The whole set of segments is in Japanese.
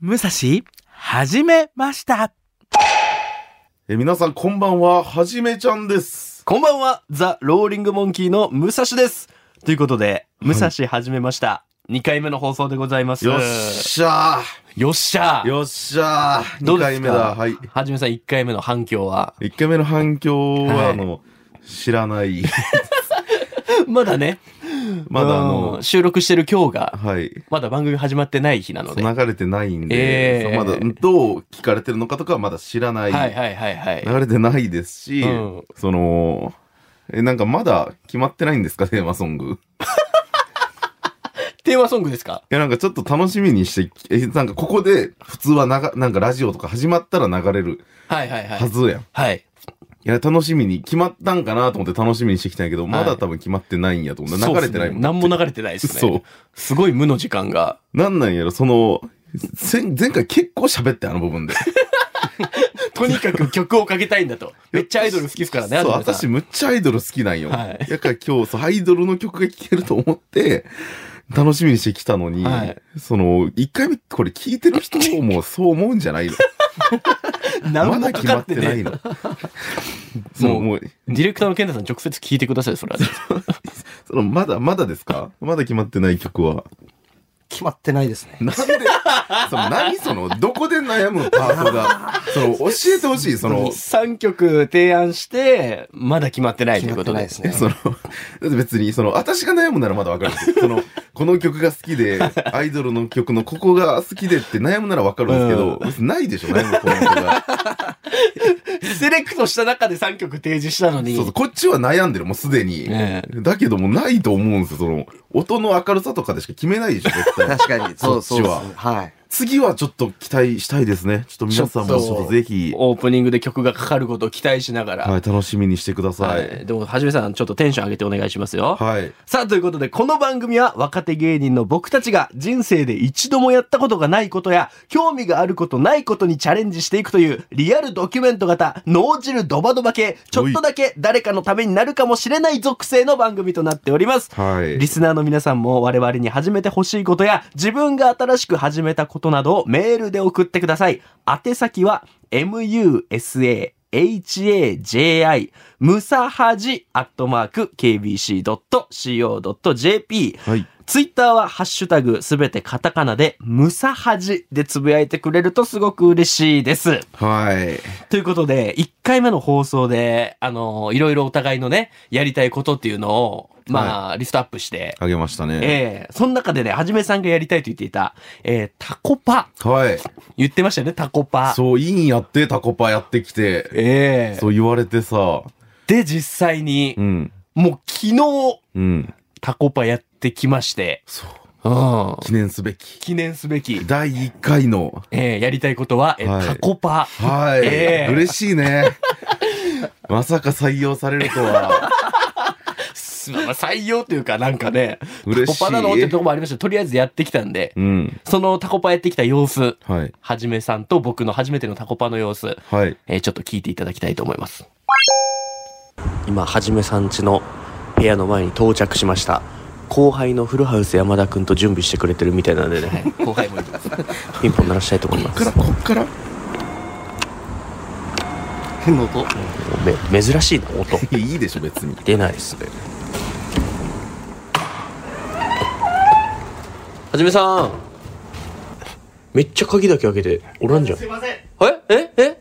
武蔵、始めました。え皆さんこんばんは、はじめちゃんです。こんばんは、ザ・ローリング・モンキーの武蔵です。ということで、武蔵始めました。2回目の放送でございます。よっしゃよっしゃー。よっしゃー。どう2です回か目だ。はい。はじめさん1回目の反響は 1回目の反響は、はいあの、知らない。 まだね、まだあうのん、収録してる今日が、はい。まだ番組始まってない日なので。はい流れてないんで、えーそうまだどう聞かれてるのかとかはまだ知らない。はいはいはい。流れてないですし、うんその、え、なんかまだ決まってないんですか、テーマソング。テーマソングですかいや、なんかちょっと楽しみにして、え、なんかここで普通はなが、なんかラジオとか始まったら流れるはいはいは。はいずやん。はい。いや、楽しみに、決まったんかなと思って楽しみにしてきたんやけど、まだ多分決まってないんやと思う。そうっ流すれてないもん。ね。何も流れてないですね。そう。すごい無の時間が。なんなんやろ、その、せん前回結構喋って、あの部分で。とにかく曲をかけたいんだと。めっちゃアイドル好きですからね、そう、安住さ私んむっちゃアイドル好きなんよ。はいやから今日、そう、アイドルの曲が聴けると思って、楽しみにしてきたのに、はいその、一回目これ聞いてる人 もそう思うんじゃないの何まもだか決かまっっててなないいのの。。 そもう、うもう、ディレクターの健太さん直接聞いてください、それは。その、まだ、まだですかまだ決まってない曲は。決まってないですね。なんで、その何その、どこで悩むパートが、その、教えてほしい、その、 3曲提案して、まだ決まってないとい決うまこってとなで。いですすえね。その、だって別に、その、私が悩むならまだわかるんですよ。その、この曲が好きで、アイドルの曲のここが好きでって悩むならわかるんですけど、別にないでしょ、悩むポイント が。セレクトした中で3曲提示したのにそうそう、こっちは悩んでる、もうすでに。ねだけどもうないと思うんですよ、その、音の明るさとかでしか決めないでしょ、絶 対。確かに、そうそそっちうではすね。はい。次はちょっと期待したいですね。ちょっと皆さんもちょっとぜひ、オープニングで曲がかかることを期待しながら。はい、楽しみにしてくださ。はいいでも、はじめさん、ちょっとテンション上げてお願いしますよ。はい。さあ、ということで、この番組は若手芸人の僕たちが人生で一度もやったことがないことや、興味があることないことにチャレンジしていくという、リアルドキュメント型、脳汁ドバドバ系、ちょっとだけ誰かのためになるかもしれない属性の番組となっております。はい。リスナーの皆さんも我々に始めてほしいことや、自分が新しく始めたことなどをメールで送ってください。宛先は、musa haji ムサハジアットマーク kbc.co.jp はい。ツイッターはハッシュタグすべてカタカナでムサハジでつぶやいてくれるとすごく嬉しいです。はい。ということで、1回目の放送で、あの、いろいろお互いのね、やりたいことっていうのを、まあ、リストアップして、あげましたね。ええその中でね、はじめさんがやりたいと言っていた、えー、タコパ。はい。言ってましたよね、タコパ。そう、いいんやって、タコパやってきて。ええそう言われてさ。で、実際にう、ん。もう昨日、うん。タコパやってきまして、そうう。ん。記念すべき。記念すべき、第1回の。えー、やりたいことは、えーはいタコパ。はい。ええ嬉しい ね。まさか採用されるとは。すまあ採用というか、なんかね、嬉しいタコパなのってとこもありましたけどとりあえずやってきたんで、うん。そのタコパやってきた様子、はい。はじめさんと僕の初めてのタコパの様子、はい。えーちょっと聞いていただきたいと思います今はじめさん家の部屋の前に到着しました後輩のフルハウス山田君と準備してくれてるみたいなんでね、後輩もいますピンポン鳴らしたいと思いまこっから、すこっから。変な音。め珍しいな音いやいいでしょ、別に。出ないですねはじめさんめっちゃ鍵だけ開けておらんじゃんすいませんえええ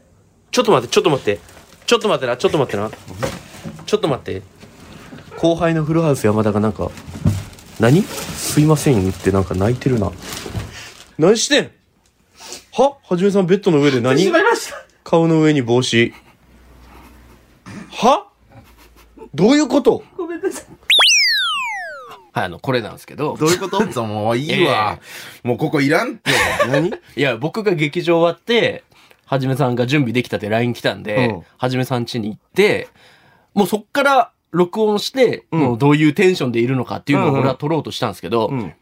ちょっと待ってちょっと待ってちょっと待ってなちょっと待ってなちょっと待って後輩のフルハウス山田がなんか「何すいません」ってなんか泣いてるな何してんははじめさんベッドの上で 何顔の上に帽子はどういうことごめんなさい。はい、あの、これなんですけど、どういうこと もういいわ。もうここいらんって。何いや、僕が劇場終わって、はじめさんが準備できたって LINE 来たんで、うんはじめさん家に行って、もうそっから録音して、もうどういうテンションでいるのかっていうのを俺は撮ろうとしたんですけど、ん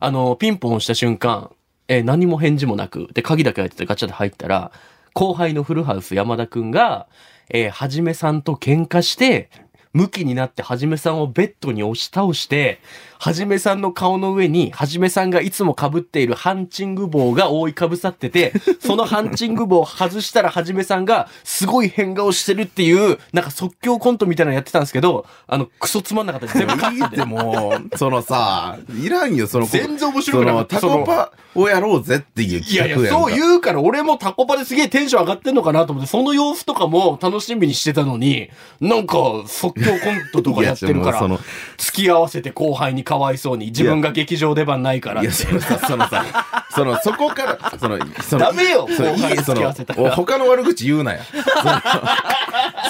あの、ピンポン押した瞬間、えー何も返事もなく、で、鍵だけ開いててガチャで入ったら、後輩のフルハウス山田くんが、えーはじめさんと喧嘩して、向きになってはじめさんをベッドに押し倒して、はじめさんの顔の上に、はじめさんがいつも被っているハンチング棒が覆いかぶさってて、そのハンチング棒を外したらはじめさんがすごい変顔してるっていう、なんか即興コントみたいなのやってたんですけど、あの、クソつまんなかったです。 全部カッいいってもう、そのさ、いらんよ、その、全然面白くなかったそのタコパをやろうぜっていういや企いや画やん、かそう言うから、俺もタコパですげえテンション上がってんのかなと思って、その様子とかも楽しみにしてたのに、なんか即興コントとかやってるかいやらでもその、付き合わせて後輩にかわいそうに、自分が劇場出番ないからいや、。そのさ、そのさ、その、そこから、その、そのダメよその、後輩いい、そ付き合わのせた、お他の悪口言うなや。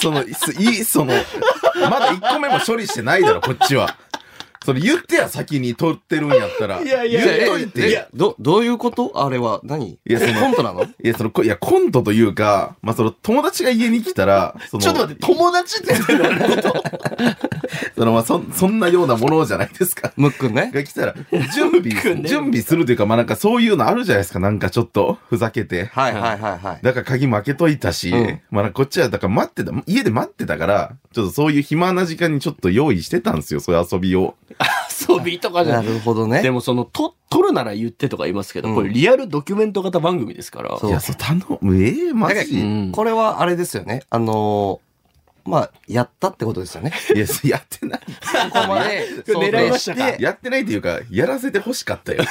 その、その、いい、その、まだ1個目も処理してないだろ、こっちは。それ言ってや、先に取ってるんやったら。いやいやいや言っといて。いいやや、ど、どういうことあれは何、いやそのコントなのその、こいや、コントというか、まあ、その、友達が家に来たら、そ の、ちょっと待って、友達って言ってるの その、まあ、そん、そんなようなものじゃないですか。 ムックンね。が来たら、準備、くんね準備するというか、まあ、なんかそういうのあるじゃないですか、なんかちょっと、ふざけて。はいはいはいはい。だから鍵も開けといたし、うんまあこっちはだから待ってた、家で待ってたから、ちょっとそういう暇な時間にちょっと用意してたんですよ、そういう遊びを。遊びとかじゃなない。るほどね。でもその、と、撮るなら言ってとか言いますけど、うんこれリアルドキュメント型番組ですから。そういや、そう頼む、ええマだからジ、うんこれはあれですよね。あのーまあ、やったってこと ですよね。いや、そうやってない。ここまで想狙い定ましたしかて、やってないというか、やらせて欲し かったよ。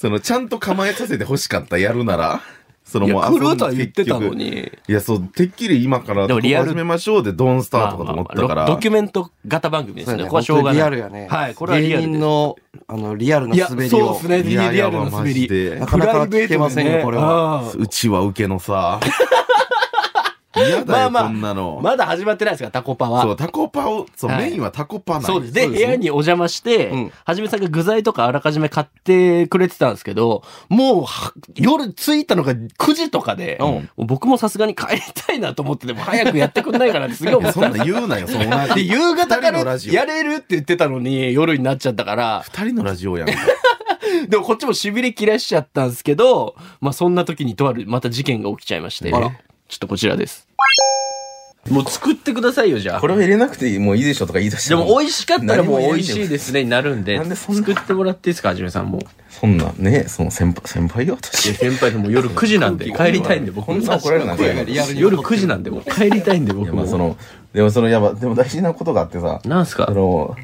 その、ちゃんと構えさせて欲しかった、やるなら。そのいもうや、来遊んでるとは言ってたの。結局に。いや、そう、てっきり今から、でもリアル始めましょうで、ドンスターとかと思っまあたかまあまあら。ドドキュメント型番組ですそうね。やこれはしょうがない。本当にリアルやね。はい、これはリアル芸です人。の、あの、リアルないや、滑りそうをです。ね。いやいリアやルな滑り。まあマジでなかなか聞けませんよ、これは。はうちは受け のさ。嫌だよ、まあまあこんなの。まだ始まってないですから、タコパそは。う、タコパを、そう、はいメインはタコパなんよそうです。で、部屋にお邪魔して、うんはじめさんが具材とかあらかじめ買ってくれてたんですけど、もうは、夜着いたのが9時とかで、うんもう僕もさすがに帰りたいなと思ってて、もう早くやってくんないかなってすげえい思っやてそたんんでなすよ。言うなよ、その同 で、じ。夕方か二人のらラジオやれるって言ってたのに、夜になっちゃったから、二人のラジオやんか。でもこっちも痺れ切らしちゃったんですけど、まあそんな時にとあるまた事件が起きちゃいまして、ちあょらっとこちらです。もう作ってくださいよ、じゃあ。れは入れなくてもういいでしょとか言い出しでも美味しかったらもう美味しいですねになるんで、なんでそんな作ってもらっていいですか、はじめさ んもう。そんな、ね、その先輩、先輩よ、いや私。先輩でもう夜9時なんで帰りたいんで、僕も。こんな怒られるなんて夜9時なんで、もう帰りたいんで、僕も。の、でもその、やば、でも大事なことがあってさなんすかあの、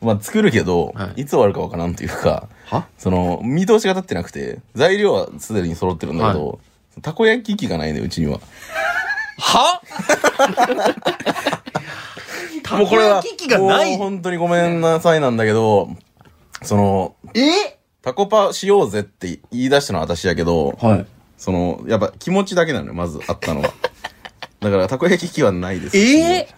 まあ、作るけど、はいい、つ終わるかわからんというか、その、見通しが立ってなくて、材料はすでに揃ってるんだけど、たこ焼き器がないね、うちには。はもうこれは、たこ焼き器がないもう本当にごめんなさいなんだけど、その、えタコパしようぜって言い出したのは私やけど、はい。その、やっぱ気持ちだけなのよ、まずあったのは。だから、たこ焼き器はないです。え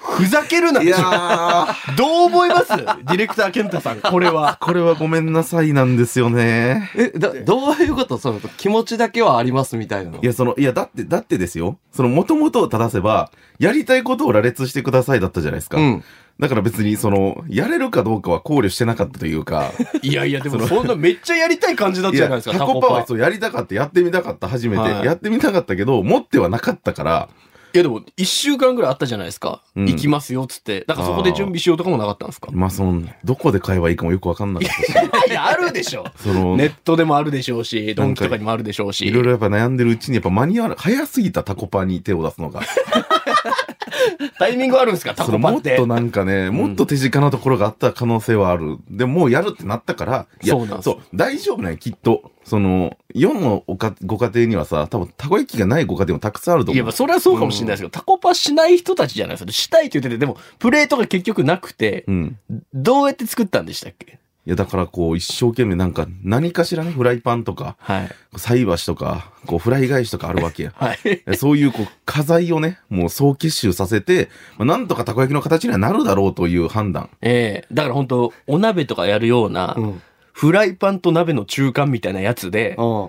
ふざけるな。いやー、どう思います ディレクター健太さん、これは。これはごめんなさいなんですよね。え、だ、どういうことその、気持ちだけはありますみたいなのい。や、その、いや、だって、だってですよ。その、元々を正せば、やりたいことを羅列してくださいだったじゃないですか。うん。だから別に、その、やれるかどうかは考慮してなかったというか。いやいや、でもそんなめっちゃやりたい感じだったいじゃやないですか、タコパはそうやりたかった、やってみたかった、初めて、はいやってみたかったけど、持ってはなかったから、いやでも、一週間ぐらいあったじゃないですか。うん行きますよ、つって。だからそこで準備しようとかもなかったんですかまあその、どこで買えばいいかもよくわかんなかったし、いや、あるでし ょ。その、ネットでもあるでしょうし、ドンキとかにもあるでしょうし。いろいろやっぱ悩んでるうちに、やっぱ間に合わない、早すぎたタコパに手を出すのが。タイミングあるんですかタそコのパもっってと。なんかね、もっと手近なところがあった可能性はある。でも、もうやるってなったから、いやそうなんですそう、大丈夫なんよきっと。その、世のおかご家庭にはさ、多分、たこ焼きがないご家庭もたくさんあるいと思や、う。まあそれはそうかもしれないですけど、タコパしない人たちじゃないですか。したいって言ってて、でも、プレートが結局なくて、うん。どうやって作ったんでしたっけいや、だからこう、一生懸命なんか、何かしらね、フライパンとか、はい。菜箸とか、こう、フライ返しとかある わけや。はい。そういう、こう、家財をね、もう総結集させて、まあ、なんとかたこ焼きの形にはなるだろうという判断。ええだから本当お鍋とかやるような、うん。フライパンと鍋の中間みたいなやつで、うん。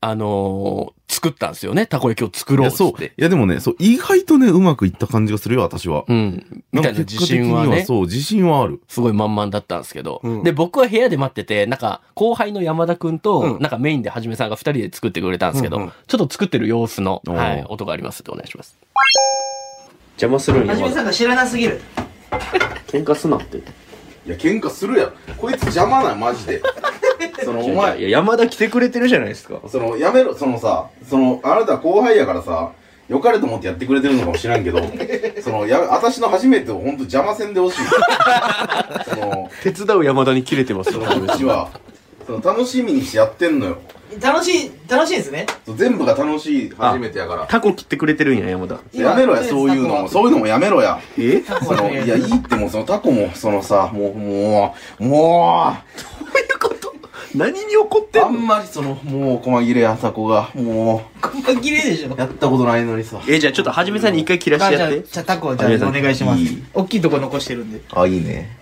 あのー作ったんですよね。たこ焼きを作いろうっや、つそう。っいて。や、でもね、そう、意外とね、うまくいった感じがするよ、私は。うん。みたいな自信はんか結果的にね、そう、自信はある。すごい満々だったんですけど、うんで、僕は部屋で待ってて、なんか、後輩の山田くんと、うんなんかメインではじめさんが二人で作ってくれたんですけど、うんうんちょっと作ってる様子の、おーはい、音がありますんでお願いします。邪魔するんやはじまめださんが知らなすぎる。喧嘩すなっていや、喧嘩するやろ。こいつ邪魔なん、マ ジで。その、おい前、や山田来てくれてるじゃないですかその、やめろ、そのさ、その、あなた後輩やからさ、よかれと思ってやってくれてるのかもしら んけど、その、や、私の初めてをほんと邪魔せんで ほしい。その、手伝う山田に切れてますその、うちは、その、楽しみにしてやってんのよ。楽しい、楽しいですね。そう全部が楽しい初めてやから。 タコ切ってくれてるんや山田やめろや、そういうのも。そういうのもやめろや。えタコそはの、ねいや、いいってもう、そのタコも、そのさ、もう、もう、もう、どういうこと何に怒ってあんのんまりその、もう、細切れや、タコが、も細切れでしう、。ょやったことないのにさ。えじゃあちょっとはじめさんに一回切らしあてじやゃっあ、てじゃあタコじゃあお願いします。大きいとこ残してるんで。 あ、いいね。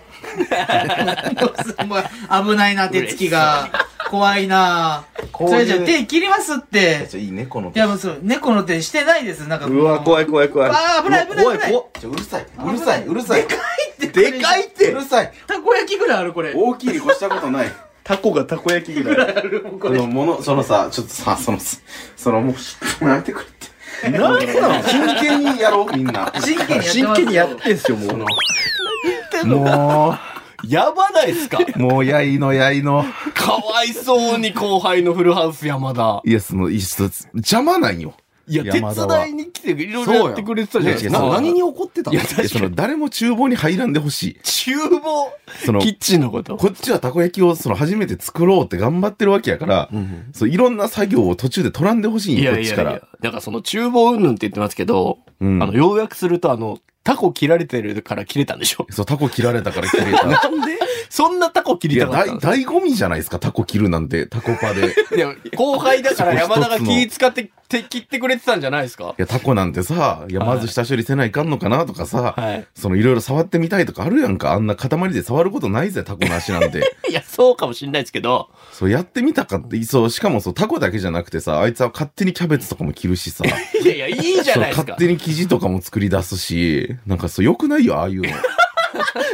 お前危ないな、手つきが。怖いなういうそれじゃあ手切りますって。ちょ、いいね、このいや、もうそう、猫の手してないです。なんか。うわ怖い怖い怖いあー危ない危ない危ない怖怖ちょ、うるさい、うるさい、うるさい。でかいって。でかいっうてるさい。たこ焼きぐらいある、これ。大きいに越したことない。タコがたこ焼きぐらいそのもの、そのさ、ちょっとさ、その、その、もう、やめてくれって。なんなの真剣にやろう、みんな。真剣にやってますよ 真剣にやってんすよもうもやばないっすかう、もう、やいの、やいの。 かわいそうに後輩のフルハウス山田。いや、その、いやちょっと邪魔なんよ。いや、手山田は伝いに来ていろいろやってくれてたじゃないですか。そうやん何何に怒ってたいのや、いや、確そかにの、誰も厨房に入らんでほしい。厨房、その、キッチンのこと。こっちはたこ焼きをその初めて作ろうって頑張ってるわけやから、そういろんな作業を途中で取らんでほしいんいやよ、こっいちやいかやら。。だからその厨房うんぬんって言ってますけど、うんあの、要約するとあの、タコ切られてるから切れたんで しょそう、タコ切られたから切れ た。なんでそんなタコ切いりや、たかだっいたの醍醐味じゃないですか、タコ切るなんて、タコパ で。いいや、後輩だから山田が気使って、て切ってくれてたんじゃないですかや、タコなんてさ、いや、まず下処理せないかんのかなとかさ、はい。そのいろいろ触ってみたいとかあるやんか、あんな塊で触ることないぜ、タコの足なんて。いや、そうかもしんないですけど、そう、やってみたかって、そう、しかもそう、タコだけじゃなくてさ、あいつは勝手にキャベツとかも切るしさ、 いやいや、いいじゃそうないです勝か。手に生地とかも作り出すし、なんかそう、良くないよ、ああいうの。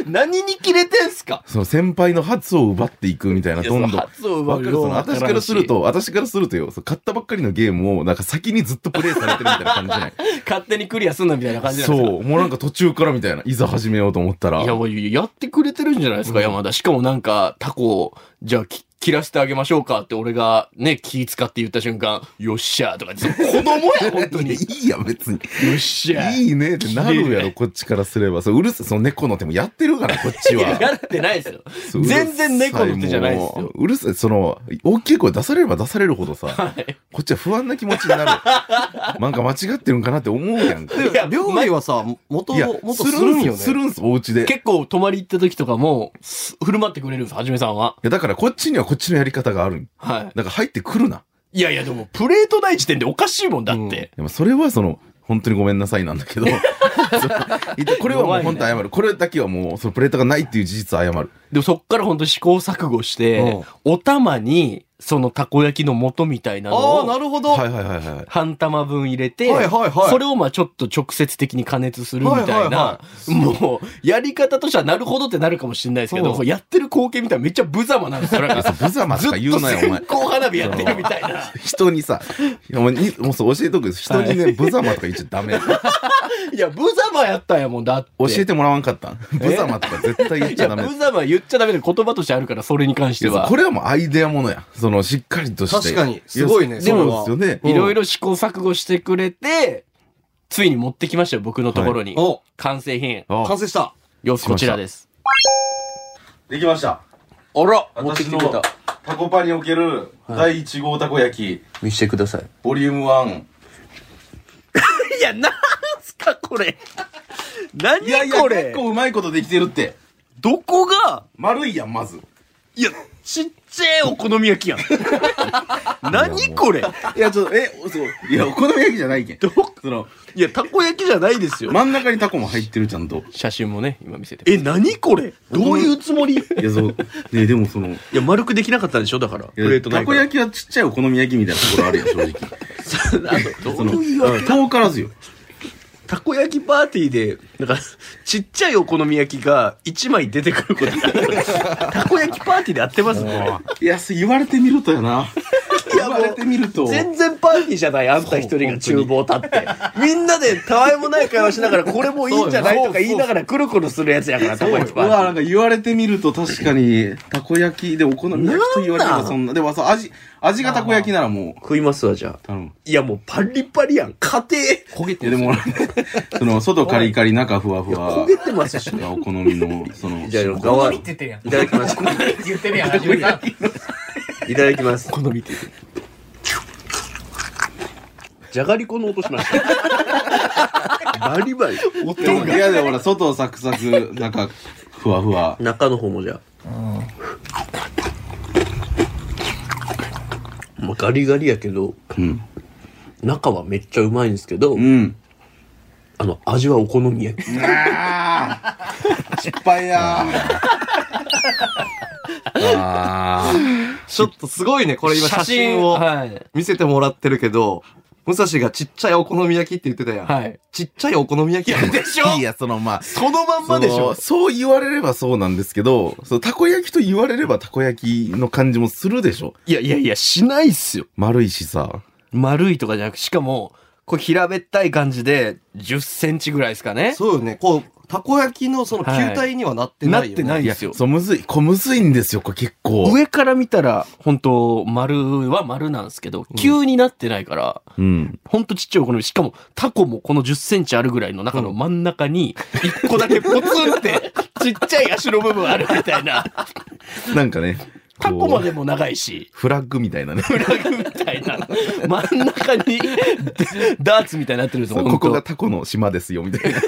何に切れてんすかその先輩の発を奪っていくみたいな、どんどん。わ発を奪かうるその私からするとと、私からするとよ、そう買ったばっかりのゲームを、なんか先にずっとプレイされてるみたいな感じじゃない勝手にクリアすんなみたいな感じなんですかそう、もうなんか途中からみたいな、いざ始めようと思ったら。いや、もうやってくれてるんじゃないですか、山田。しかもなんか、タコを、じゃあき切らせてあげましょうかって俺がね、気使って言った瞬間、よっしゃーとか言って、子供や、本当いやに。いよいや、別に。っしゃー。いいねってなるやろ、こっちからすれば。そう、うるさい、その猫の手もやってるから、こっちは。やってないですよ。そううるさい全然猫の手じゃないですよもううるさい、その、大きい声出されれば出されるほどさ、 こっちは不安な気持ちになる。なんか間違ってるんかなって思うやんか。いや料理はさ、元いや々、、す元々するるんんすよよ、ね。するんす、お家で。結構泊まり行った時とかも、す振る舞ってくれるんです、はじめさんは。いや、だからこっちにはこっちのやり方があるん。はだから入ってくるな。い。いやいや、でも、プレートない時点でおかしいもんだって。でもそれはその、本当にごめんなさいなんだけ ど。そうこれはもう本当謝る。これだけはもう、そのプレートがないっていう事実は謝る。でもそっから本当試行錯誤して、お玉に、そのたこ焼きの素みたいなのあをあ、、なるほど。ははいいはいはいはい。半玉分入れて、はいはい。それをまあちょっと直接的に加熱するみたいな、はいはいはもう、やり方としてはなるほどってなるかもしれないですけど、そやってる光景みたいなめっちゃ無様なん ですよ。なんかブザマずとっかと言うなよ、お前線。香花火やってるみたいな。人にさ、いやもうにもうそう教えとくけど人にね、ブザマとか言っちゃダメ。いや、無様やったんやもんだって。教えてもらわんかったん。 ブザマとか絶対言っいちゃや、ダメ。無様言っちゃダメで言葉としてあるから、それに関していやはこ。れはもうアイデアものや。その、しっかりとして。確かにすごいねやそれそうはですよね。いろいろ試行錯誤してくれて、ついに持ってきましたよ、僕のところに。お完成品。あ完成した。よし、こちらです。できました。あら持ってきてくれた。タコパにおける第1号たこ焼き、見してくださいボリューム1。いや、なんすか、こ れ。何いやいや、結構うまいことできてるって。どこが、丸いやん、まず。いや、ちっちゃいお好み焼き やん。何これいや、ちょっと、え、そう。いや、お好み焼きじゃないけん。その、いや、たこ焼きじゃないですよ。真ん中にタコも入ってる、ちゃんと。写真もね、今見せて。え、何これどういうつもりいいや、そう。ね、でもその、いや、丸くできなかったんでしょだから。プやたこ焼きはちっちゃいお好み焼きみたいなところあるやん、正直。 その、うん遠からずよ。たこ焼きパーティーで、なんか、ちっちゃいお好み焼きが1枚出てくること があるたこ焼きパーティーでやってますね。いや、そう言われてみるとやな。いや、もうわれてみると。全然パーティーじゃない、あんた一人が厨房立って。みんなでたわいもない会話しながら、これもういいんじゃないとか言いながら、くるくるするやつやから、たまにうわ、は。なんか言われてみると確かに、たこ焼きでお好み焼きと言われればそんな。でもそう、味、味がたこ焼きならもう、食いますわ、じゃあ。頼む。いや、もうパリパリやん。家焦げいてやでる。も、その、外カリカリ、中ふわふ庭。焦わげてますし。がお好みの、その、じゃあ、ガ好ワみっいて言ってるやん。ただきます。言ってるやん。味がいただきます。好みって。じゃがりこの音しました。バリバリ。いやでもほら、外サクサク、中、ふわふわ。中の方もじゃあ。もうガリガリやけど、うん。中はめっちゃうまいんですけど、うん。あの、味はお好み焼き。失敗やー。あーちょっとすごいね、これ今写真をはい。見せてもらってるけど、武蔵がちっちゃいお好み焼きって言ってたやん。はい。ちっちゃいお好み焼きやん。でしいや、そのまあ、そのまんまでしょ。そのそう言われればそうなんですけど、そのたこ焼きと言われればたこ焼きの感じもするでしょ。いやいやいや、しないっすよ。丸いしさ。丸いとかじゃなく、しかも、これ平べったい感じで、10センチぐらいですかね。そうよね。こう、たこ焼きのその球体にはなってななっいよてね。ないいでや、すよ。そう、むずい。これむずいんですよ、これ結構。上から見たら、本当丸は丸なんですけど、急になってないから、うん。ほんとちっちゃいお好み。しかも、タコもこの10センチあるぐらいの中の真ん中に、一個だけポツン って、ちっちゃい足の部分あるみたいな。なんかね、タコこまうでも長いし、フラッグみたいなね。プラグみたいな。真ん中に、ダーツみたいになってるんですよ、ここほがんと。タコの島ですよ、みたいな。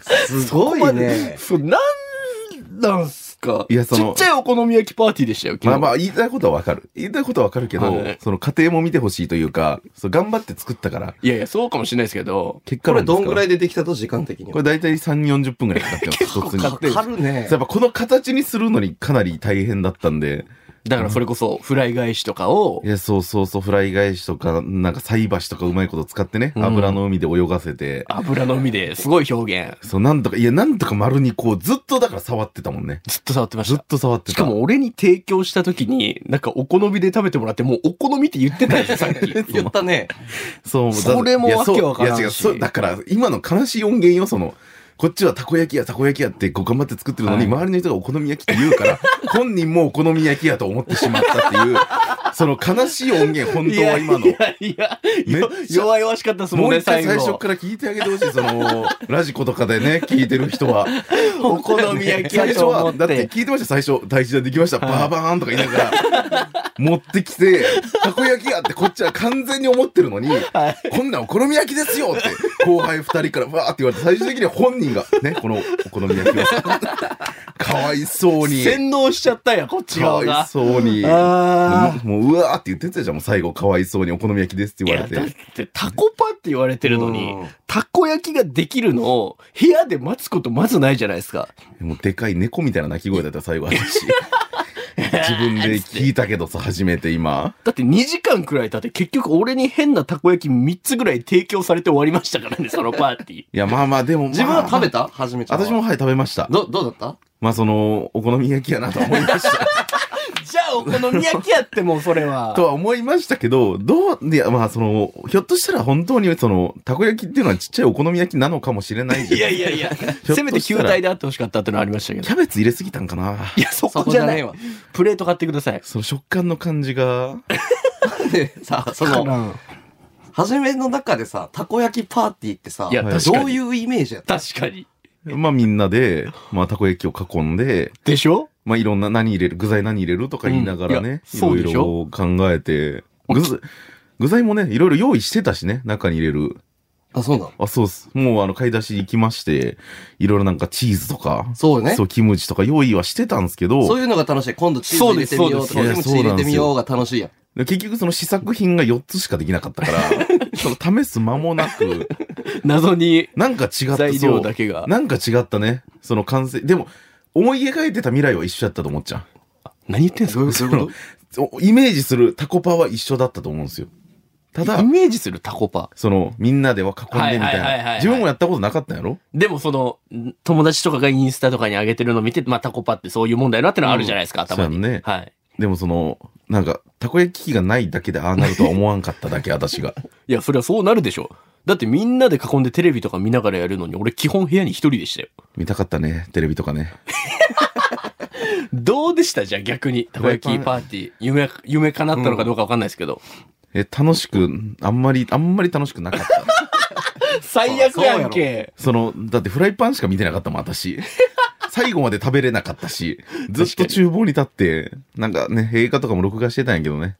すごいね。そうなんなんすか。いやそのちっちゃいお好み焼きパーティーでしたよ、ま今あ日。まあ、言いたいことはわかる。言いたいことはわかるけど、はいその家庭も見てほしいというか、そう頑張って作ったから、いやいや、そうかもしれないですけど、結果こ論れですどからんぐらいでできたと時間的にこれは。大体3、40分ぐらいかかってます、一つに。かかるねや。っぱこの形にするのにかなり大変だったんで、だからそれこそ、フライ返しとかをい、や、そうそうそう、フライ返しとか、なんか菜箸とかうまいこと使ってね、ん油の海で泳がせて、油の海ですごい表現、そう、なんとか、いや、なんとか丸にこう、ずっとだから触ってたもんね。ずっと触ってまし。ずったと触って。したかも俺に提供した時に、なんかお好みで食べてもらって、もうお好みって言ってた じゃん、さっき。言ったね。そう、だそれもいやそうわけわからんしいや違う、そう、だから、今の悲しい音源よ、その、こっちはたこ焼きやたこ焼きやってこう頑張って作ってるのに、周りの人がお好み焼きって言うから、本人もお好み焼きやと思ってしまったっていう、その悲しい音源、本当は今いの。やいやいやめよっちゃ弱々しかったですももんうね一回最最初後から聞いてあげてほしい、その、ラジコとか でね、聞いてる人は。お好み焼き最だ初と思は、っだってて聞いてました、最初、大事でできました、バーバーンとか言いながら、持ってきて、たこ焼きやってこっちは完全に思ってるのに、こんなんお好み焼きですよって、後輩二人からバーって言われて、最終的には本人が、ね、このお好み 焼きを、かわいそうに、洗脳しちゃったんやこっちか側わいがそうに、あもう、もううわーって言ってたじゃん、もう最後、かわいそうにお好み焼きですってい言わやれてだっ。てタコパって言われてるのにうんたこ焼きができるのを部屋で待つことまずないじゃないですかもうでかい猫みたいな鳴き声だった最後 私自分で聞いたけどさ初めて今 だって2時間くらい経って結局俺に変なたこ焼き3つぐらい提供されて終わりましたからねそのパー ティーいやまあまあでも、自分まあは食べた初めちゃんは私も。はい食べましたど、どうだっまあそのお好み焼きやなとは思いました じゃあお好み焼きやってもうそれ はとは思いましたけどどういやまあそのひょっとしたら本当にそのたこ焼きっていうのはちっちゃいお好み焼きなのかもしれないじゃんいやいやいやたらせめて球体であってほしかったってのはありましたけどキャベツ入れすぎたんかないやそたそここじじゃゃなねいえわ。プレート買ってくださいその食感の感じ がで さ、その、初めの中でさ、たこ焼きパーティーってさ、いや確かにどういうイメージやった確かにまあみんなで、まあたこ焼きを囲んででしょまあ、いろんな何入れる、具材何入れるとか言いながらね、うんいいやそろういでしろょ考えて、具材、具材もね、いろいろ用意してたしね、中に入れる。あ、そうなのあ、そうっす。もうあの、買い出し行きまして、いろいろなんかチーズとか、そうね。キムチとか用意はしてたんですけどそう、いうのが楽しい。今度チーズ入れてみようとそうか、キですムチそうです入れてみようが楽しいやん。結局その試作品が4つしかできなかっ たから、その試す間もなく、謎になんか違った材そ料うだ。けがなんか違ったね。その完成、でも、思い描いてた未来は一緒だったと思っちゃ何言ってんすかう。そのイメージするタコパは一緒だったと思うんですよ。ただイ、メージするタコパ。その、みんなでは囲んでみたはいはいはいいはいはな。い自分もやったことなかったんやろでもその、ん友達とかがインスタとかに上げてるの見て、まあタコパってそういうもんだよなってのはあるじゃないですか、頭に。そうやんねはい。でもその、なんか、たこ焼き器がないだけでああなるとは思わん かっただけ、私が。いや、それはそうなるでしょ。だってみんなで囲んでテレビとか見ながらやるのに、俺基本部屋に一人でしたよ。見たかったね、テレビとかね。どうでしたじゃあ逆に。たこ焼きパーティー。夢、夢叶ったのかどうかわかんないですけど。え、楽しく、あんまり、あんまり楽しくなかった。 最悪やんけ。その、だってフライパンしか見てなかったもん、 私。最後まで食べれなかったし、ずっと厨房に立って、なんかね、映画とかも録画してたんやけどね。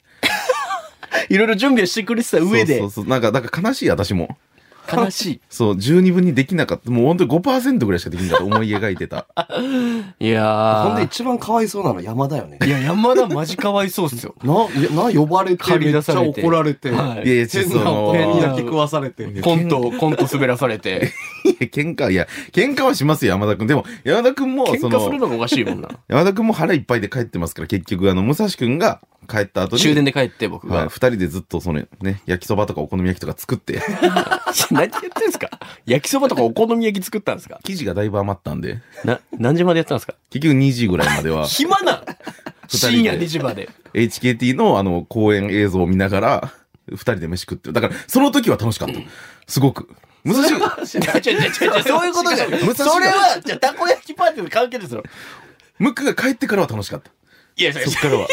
いろいろ準備をしてくれてた上でそう、そうそう。なんか、なんか悲しい、私も。悲しそう、十二分にできなかった。もう本当に5%ぐらいしかできなかった。思い描い てた。い。いやーほんで一番かわいそうなの山だよね。いや、山田マジかわいそうっすよ。な、いやな、呼ばれて、借りめっち出ゃされて怒られ て、はいやいや、ちょっ変となその、変に焼き食わされて。コント、コント滑らされて。いや喧嘩、いや、喧嘩はしますよ、山田くん。でも、山田くんも、 喧そ嘩するの、のがおかしいもんな。山田くんも腹いっぱいで帰ってますから、結局、あの、武蔵くんが帰った後に、 終電で帰って僕はい、が。二人でずっと、その、ね、焼きそばとかお好み焼きとか作って、 何やってんですか焼きそばとかお好み焼き作ったんですか生地がだいぶ余ったんで、な、何時までやってたんですか、結局2時ぐらいまでは 暇なん人で深夜2時ま で。 HKT のあの、公演映像を見ながら、二人で飯食ってる。だから、その時は楽しかった。すごく。武 蔵違う違う違う違う、そういうことじゃない。武蔵がそれは、じゃあたこ焼きパーティーの関係ですよ。ムックが帰ってからは楽しかった。いや、そっ からは。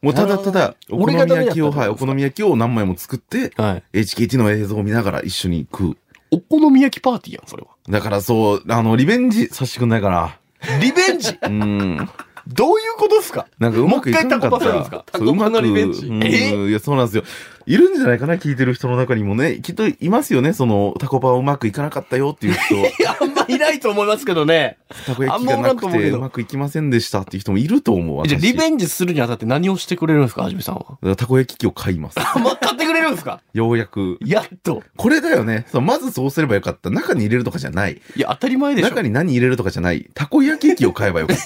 もうただただ、お好俺がみダメだっ焼たっきてを、ことはい、お好み焼きを何枚も作って、はい。 HKT の映像を見ながら一緒に食う。お好み焼きパーティーやん、それは。だからそう、あの、リベンジさせてくんないかな。リベンジうん。なんどういうことですかかうまくいかなかもう一回タコパっするんですたか。そううまくリベンジうんえいや、そうなんですよ。いるんじゃないかな、聞いてる人の中にもね。きっといますよね、その、タコパうまくいかなかったよっていう 人。いや、あんまいないと思いますけどね。たこ焼きあがんまおらなんとく思うてけどうまくいきませんでしたっていう人もいると思う。私じゃあ、リベンジするにあたって何をしてくれるんですか、はじめさんは。だからたこ焼き器を買い ます。ま、買ってくれるんですかようやく。やっと。これだよね。そうまずそうすればよかった。中に入れるとかじゃない。いや、当たり前でしょ中。に何入れるとかじゃない。たこ焼き器を買えばよかった。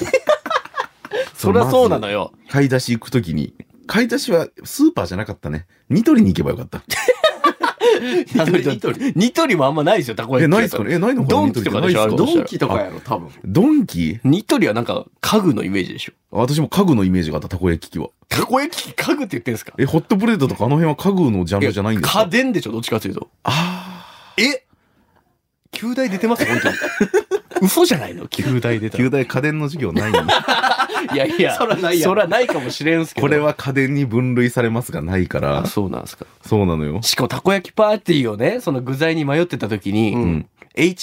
そりゃそうなのよ。買い出し行くときに、買い出しはスーパーじゃなかったね。ニトリに行けばよかった。ニトリ。ニトリもあんまないですよ、たこえ、焼き器だと。ないっすかねえ、ないのかなドンキとかでしょニトリってないあれっすかドンキとかやろ、多分。ドンキニトリはなんか家具のイメージでしょ。私も家具のイメージがあった、たこ焼き器は。たこ焼き家具って言ってんすかえ、ホットプレートとかあの辺は家具のジャンルじゃないんです家か電でしょ、どっちかというと。ああ。え旧大出てます 本当に。嘘じゃないの旧大出たら。旧大家電の授業ないのいやいや、そらないやそらないかもしれんすけど。これ。は家電に分類されますがないかあ、ら、そうなんですか。そうなのよ。しかもたこ焼きパーティーをね、その具材に迷ってた時に、ん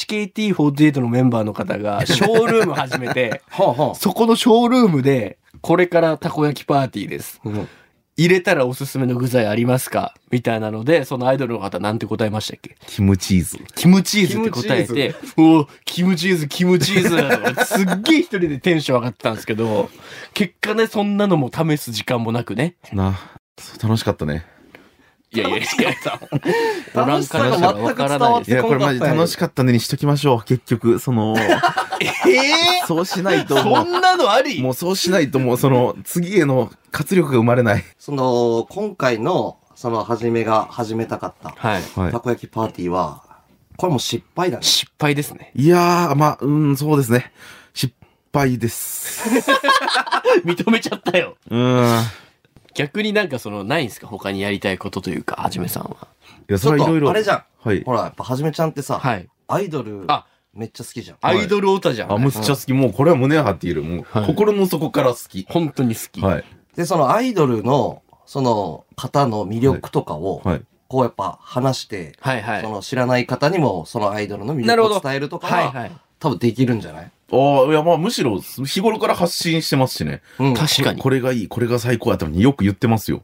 HKT48 のメンバーの方がショールーム始めて、はあはそこのショールームで、これからたこ焼きパーティーです。ん入れたらおすすめの具材ありますかみたいなので、そのアイドルの方なんて答えましたっけキムチーズ。キムチーズって答えて、おおキムチーズ、キムチーズ 俺すっげえ一人でテンション上がってたんですけど、結果ね、そんなのも試す時間もなくね。な、そう楽しかったね。いやいやいや、あ。おらんからしたらわからないですいや、これマジ楽しかったねにしときましょう。結局、その、ええそうしないと、そもんなのあうりもうそうしないと、もうその、次への活力が生まれない。その、今回の、その、はじめが始めたかった、はい。はいたこ焼きパーティーは、これもう失敗だね。失敗ですね。いやー、まあ、うん、そうですね。失敗です。 認めちゃったよ。 うーん。い逆になんかその、ないんすか他にやりたいことというか、はじめさんは。や、ちそょっれはいろいと、ろ。あれじゃん。はいほ。ら、やっぱはじめちゃんってさ、はい。アイドルあ、めっちゃ好きじゃん。アイドルオタじゃん。あ、むっちゃ好き。もうこれは胸張っている。もう、はい心の底から好き。本当に好き。はい。で、そのアイドルの、その方の魅力とかを、はい。こうやっぱ話して、はいはいその知らない方にも、そのアイドルの魅なる力ほどを伝えるとかはいは、はい多分できるんじゃないああ、いや、まあ、むしろ、日頃から発信してますしね。うん。確かに。これがいい、これが最高やったのによく言ってますよ。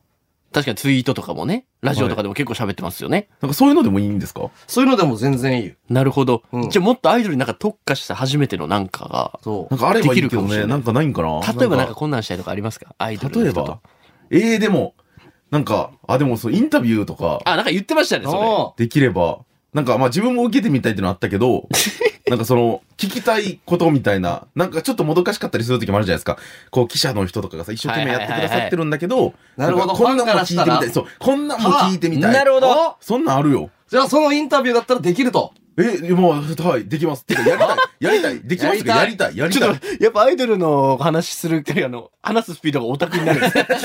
確かにツイートとかもね、ラジオとかでも結構喋ってますよね。なんかそういうのでもいいんですかそういうのでも全然いいよ。なるほど。うんじゃあもっとアイドルになんか特化した初めてのなんかそうな。んかあればいいけどできるかもしれなね。いなんかないんかなが、例えばなんかかこんなんしたいとかありますかアイドルの例え人とば、ええでも、なんか、あ、でもそう、インタビューとか、あ、なんか言ってましたね、それ。おできれば、なんか、まあ自分も受けてみたいっていうのはあったけ ど、なんかその、聞きたいことみたいな、なんかちょっともどかしかったりする時もあるじゃないですか。こう、記者の人とかがさ、一生懸命やってくださってるんだけど、はいはいはいはいんかなるほどこんなんもファンから聞いてみたい。そう、こんなんも聞いてみたい。なるほど。そんなんあるよ。じゃあそのインタビューだったらできると。いえ、もう、はい、できます。てか、やりたい、やりたい、できますかやりたい、やりちたょっい。と、やっぱアイドルの話するあの、話すスピードがオタクになるん ですよや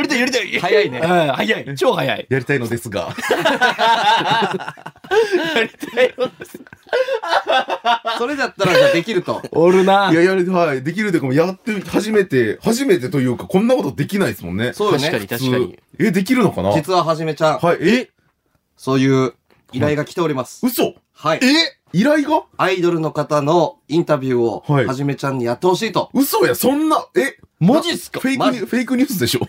りたい、やりたい。 早いね。うん、早い。超早い。やりたいのですが。。それだったらじゃあできると。 おるないや、やりはい、できるというか、もうやって、初めて、初めてというか、こんなことできないですもんね。そうよ確かね。に、確かに。え、できるのかなはい、実ははじめちゃん、え、そういう依頼が来ております。嘘はい。え依頼がアイドルの方のインタビューをはいはじめちゃんにやってほしいと。嘘や、そんな、え、マジっすかフェイクニマューフェイクニュースでしょ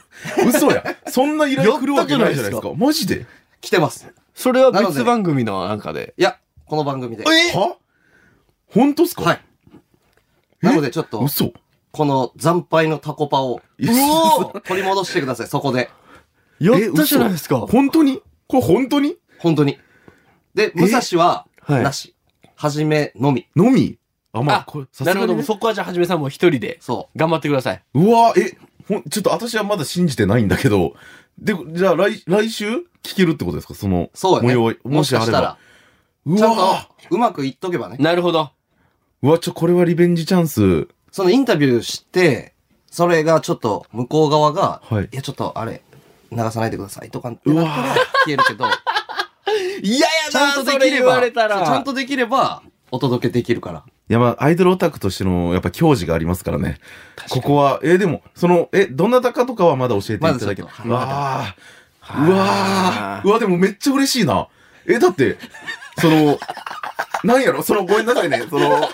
嘘や。そんな依頼来るわけないじゃないですか。マジで来てます。それはなの別で番組のなんかで。いや、この番組で。は本当っすかはい。なのでちょっと、嘘この惨敗のタコパを いや取り戻してください、そこで。やえったじゃないですか。本当にこれ本当に本当に。で、武蔵は、はいなし。はじめのみ。のみあ、まああ、これ、さなするがほど。にね。そこはじゃあ、はじめさんも一人で、そ頑張ってください。うわえ、ほん、ちょっと私はまだ信じてないんだけど、で、じゃあ来、来週聞けるってことですかその、う。そう模よ様ね。ももししあかればしたら、うちゃんとわうまくいっとけばね。なるほど。うわ、ちょ、これはリベンジチャンス。そのインタビューして、それがちょっと向こう側が、はいい、やちょっとあれ、流さないでくださいとかってなったら消えるけど、嫌や ちゃんとできれば、そうちゃんとできればお届けできるから。いや、まあ、アイドルオタクとしての、やっぱ、矜持がありますからね。ここは、えでも、その、え、どなたかとかはまだ教えていただけまだちょっうとはわーうわーうわ、でもめっちゃ嬉しいな。え、だって、その、 なんやろ、その、ごめんなさいね、その、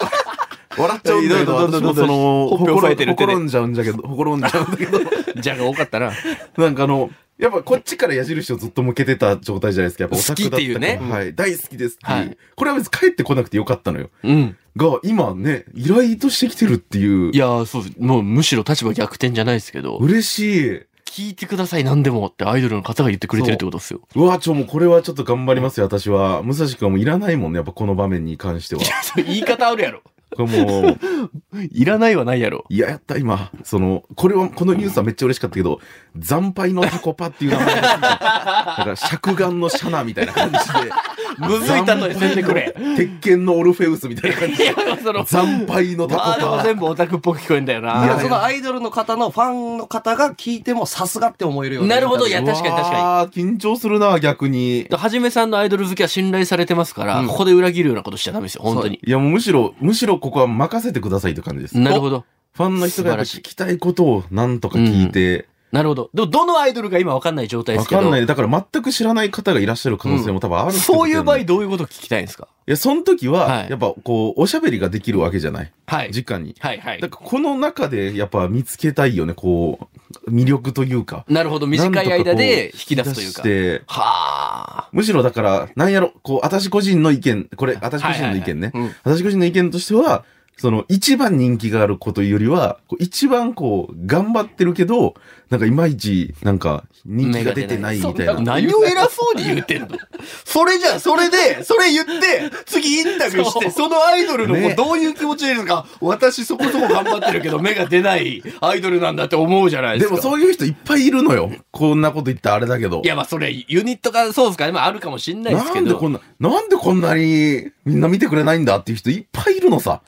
笑っちゃうんだけどど、んど私んどんどもそんどんの、ほっぺ押さえてるほこ手でろんじゃうんじ ゃけど、ほころんじゃうんだけど、じゃが多かったな。なんかあの、やっぱこっちから矢印をずっと向けてた状態じゃないですか、やっぱオタクだ好っきっていうたねからはい、大好きですっていう。はいこれは別に帰ってこなくてよかったのよ。 うん。が、今ね、依頼としてきてるっていう。いやー、そうです。もうむしろ立場逆転じゃないですけど、嬉しい。聞いてください、何でもってアイドルの方が言ってくれてるってことですよ。うわ、ちょ、もうこれはちょっと頑張りますよ、私は。武蔵君はもういらないもんね、やっぱこの場面に関しては。言い方あるやろ。これもう、いらないはないやろ。いや、やった、今。その、これは、このニュースはめっちゃ嬉しかったけど、惨敗のタコパっていう名前がついて。だから、尺眼のシャナみたいな感じで。むずいたとえせんでくれ。鉄拳のオルフェウスみたいな感 じいでや。、その、惨敗のタコワードもパ。全部オタクっぽく聞こえんだよだからな。そのアイドルの方のファンの方が聞いてもさすがって思えるようなるほど、いや、インタビュー確かに確かに。かに。緊張するな、逆に。はじめさんのアイドル好きは信頼されてますから、ここで裏切るようなことしちゃダメですよ、本当に。いや、もうむしろ、むしろここは任せてくださいって感じです。なるほど。ファンの人がやっぱ素晴ら聞きたいことをなんとか聞いて、なるほど。でも、どのアイドルが今わかんない状態でわすけかど。んないね。だから全く知らない方がいらっしゃる可能性も多分あるってことだよそうねいう場合、どういうこと聞きたいんですかいや、その時はは、いやっぱこう、おしゃべりができるわけじゃない。はい。直に。はいはいだ。からこの中でやっぱ見つけたいよね、こう、魅力というか。なるほど。短い間で引き出すというか。なんとこう引き出してはあ。むしろだから、なんやろ、こう、私個人の意見、これ、私個人の意見ね。私個人の意見としては、その、一番人気があることよりは、こう一番こう、頑張ってるけど、なんかいまいち、なんか、人気が出てないみたいな。何を偉そうに言ってんの それじゃあ、それで、それ言って、次インタビューして、そのアイドルの子ねどういう気持ちでいるか、私そこそこ頑張ってるけど、目が出ないアイドルなんだって思うじゃないでですか。もそういう人いっぱいいるのよ。こんなこと言ったらあれだけど。いや、まあ、それ、ユニットがそうですかね。まあ、あるかもしんないですなけんでど。こんな、なんでこんなにみんな見てくれないんだっていう人いっぱいいるのさ。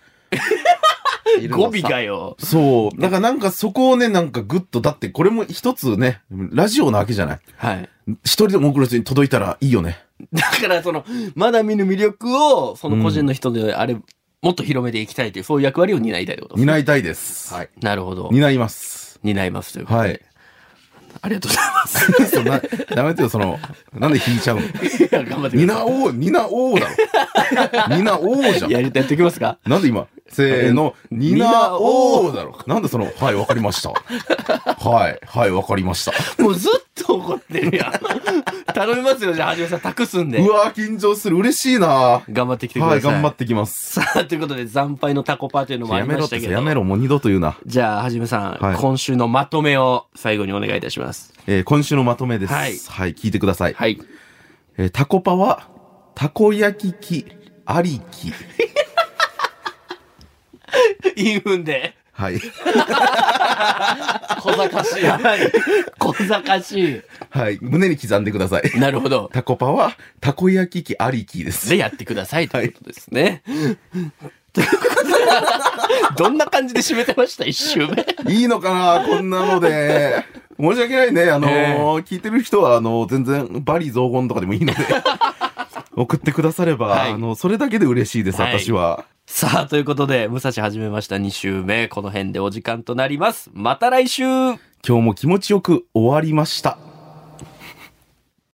語尾がよ。そう。だからなんかそこをね、なんかグッと、だってこれも一つね、ラジオなわけじゃない。はい。一人でも多くの人に届いたらいいよね。だから、その、まだ見ぬ魅力を、その個人の人であれ、もっと広めていきたいという、そういう役割を担いたいってこと。担いたいです。はいなるほど。担います。担いますということはい。ありがとうござい ます。そんな、ダメだよ、その、なんで引いちゃうの頑張ってくだ担おう、担おうだろ。担おうじゃさい。やん。りやっていきますかなんで今、せーの、担おうだろ。なんでその、はい、わかりました。はい、はい、わかりました。もうずっと怒ってるやん。 頼みますよ、じゃあ、はじめさん、託すんでう。わー緊張する。嬉しいな頑張ってきてくださ。はいい、頑張ってきます。さあ、ということで、惨敗のタコパというのもあやりめましろってたけど。やめろ、もう二度と言うな。じゃあ、はじめさん、はい今週のまとめを最後にお願いいたします。えー今週のまとめです。ははいい、聞いてください。はい。えータコパは、たこ焼き器ありき。インフンで。はい。小賢しい。小賢しはい。胸に刻んでください。い。なるほど。タコパは、たこ焼き器ありきです。で、やってくださいということですね。 ということでどんな感じで締めてました一周目。いいのかなこんなの で。申し訳ないね。あのーえ聞いてる人は、あのー全然、バリ雑言とかでもい いので。送ってくだされば、はいあの、それだけで嬉しいです、はい私は。 さあ、ということで、武蔵始めました2周目。この辺でお時間となります。また来週今日も気持ちよく終わりました。